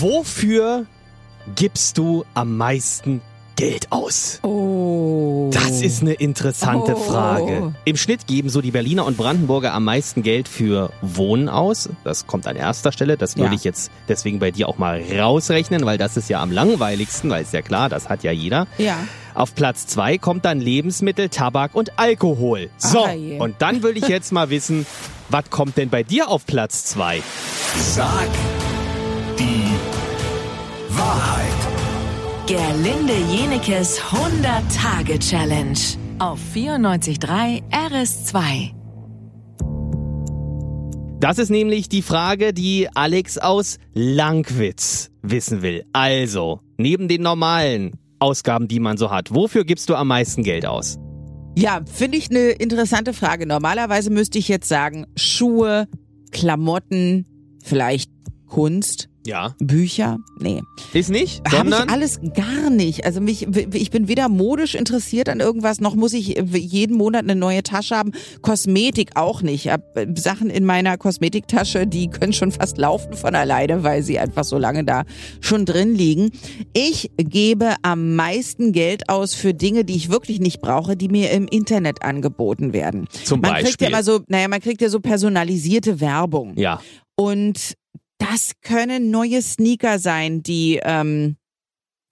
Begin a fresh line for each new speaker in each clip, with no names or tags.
Wofür gibst du am meisten Geld aus?
Oh.
Das ist eine interessante
Oh.
Frage. Im Schnitt geben so die Berliner und Brandenburger am meisten Geld für Wohnen aus. Das kommt an erster Stelle. Das würde
Ja.
ich jetzt deswegen bei dir auch mal rausrechnen, weil das ist ja am langweiligsten, weil ist ja klar, das hat ja jeder.
Ja.
Auf Platz zwei kommt dann Lebensmittel, Tabak und Alkohol. So,
Ah, je.
und dann will ich jetzt mal wissen, was kommt denn bei dir auf Platz zwei?
Sag die Wahrheit.
Gerlinde Jenekes 100-Tage-Challenge auf 94.3 RS2.
Das ist nämlich die Frage, die Alex aus Langwitz wissen will. Also, neben den normalen Ausgaben, die man so hat, wofür gibst du am meisten Geld aus?
Ja, finde ich eine interessante Frage. Normalerweise müsste ich jetzt sagen, Schuhe, Klamotten, vielleicht Kunst,
Ja.
Bücher. Nee.
Ist nicht,
Habe ich
sondern
alles gar nicht. Also mich, ich bin weder modisch interessiert an irgendwas, noch muss ich jeden Monat eine neue Tasche haben. Kosmetik auch nicht. Ich hab äh, Sachen in meiner Kosmetiktasche, die können schon fast laufen von alleine, weil sie einfach so lange da schon drin liegen. Ich gebe am meisten Geld aus für Dinge, die ich wirklich nicht brauche, die mir im Internet angeboten werden.
zum
Man
Beispiel.
kriegt ja immer so, naja, man kriegt ja so personalisierte Werbung.
ja.
Und das können neue Sneaker sein, die ähm,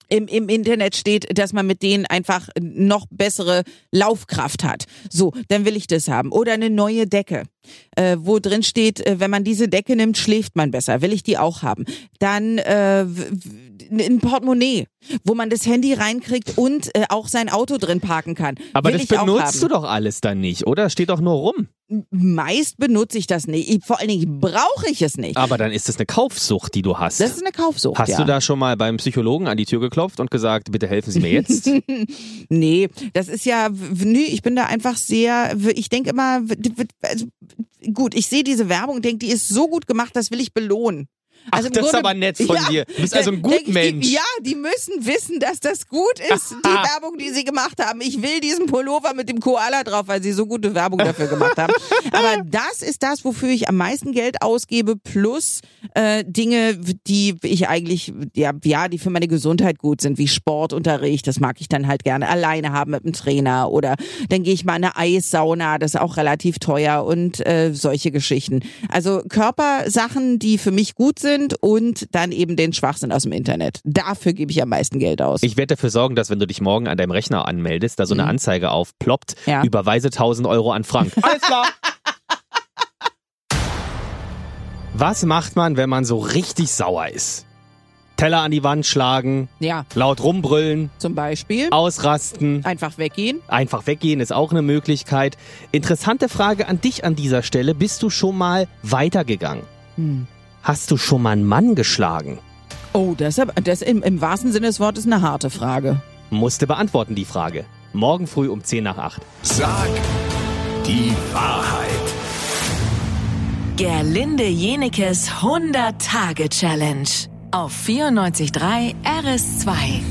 im, im Internet steht, dass man mit denen einfach noch bessere Laufkraft hat. So, dann will ich das haben. Oder eine neue Decke, äh, wo drin steht, äh, wenn man diese Decke nimmt, schläft man besser. Will ich die auch haben. Dann äh, w- w- ein Portemonnaie, wo man das Handy reinkriegt und äh, auch sein Auto drin parken kann.
Aber
will
das
ich auch haben.
benutzt du doch alles dann nicht, oder? Steht doch nur rum.
Meist benutze ich das nicht. Ich, vor allen Dingen brauche ich es nicht.
Aber dann ist es eine Kaufsucht, die du hast.
Das ist eine Kaufsucht.
Ah. Hast
ja.
du da schon mal beim Psychologen an die Tür geklopft und gesagt, bitte helfen Sie mir jetzt?
Nee, das ist ja, w- nee, ich bin da einfach sehr, w- ich denke immer, w- w- also, gut, ich sehe diese Werbung und denke, die ist so gut gemacht, das will ich belohnen. Also
Ach, das ist aber nett von dir. Du bist also ein
da- denk ich,
Gutmensch.
Die, ja, die müssen wissen, dass das gut ist, die Werbung, die sie gemacht haben. Ich will diesen Pullover mit dem Koala drauf, weil sie so gute Werbung dafür gemacht haben. Aber das ist das, wofür ich am meisten Geld ausgebe, plus äh, Dinge, die ich eigentlich, ja, ja, die für meine Gesundheit gut sind, wie Sportunterricht, das mag ich dann halt gerne alleine haben mit einem Trainer oder dann gehe ich mal in eine Eissauna, das ist auch relativ teuer und äh, solche Geschichten. Also Körpersachen, die für mich gut sind und dann eben den Schwachsinn aus dem Internet. Dafür gebe ich am meisten Geld aus.
Ich werde dafür sorgen, dass wenn du dich morgen an deinem Rechner anmeldest, da so eine Anzeige aufploppt,
Ja.
überweise 1000 Euro an Frank. Alles klar. Was macht man, wenn man so richtig sauer ist? Teller an die Wand schlagen,
ja,
laut rumbrüllen,
zum Beispiel
ausrasten,
einfach weggehen.
einfach weggehen ist auch eine Möglichkeit. Interessante Frage an dich an dieser Stelle. Bist du schon mal weitergegangen?
Hm.
Hast du schon mal einen Mann geschlagen?
Oh, das, ist aber- das im, im wahrsten Sinne des Wortes eine harte Frage.
Musste beantworten die Frage. Morgen früh um 10 nach 8.
Sag die Wahrheit.
Gerlinde Jenekes 100-Tage-Challenge auf 94.3 RS2.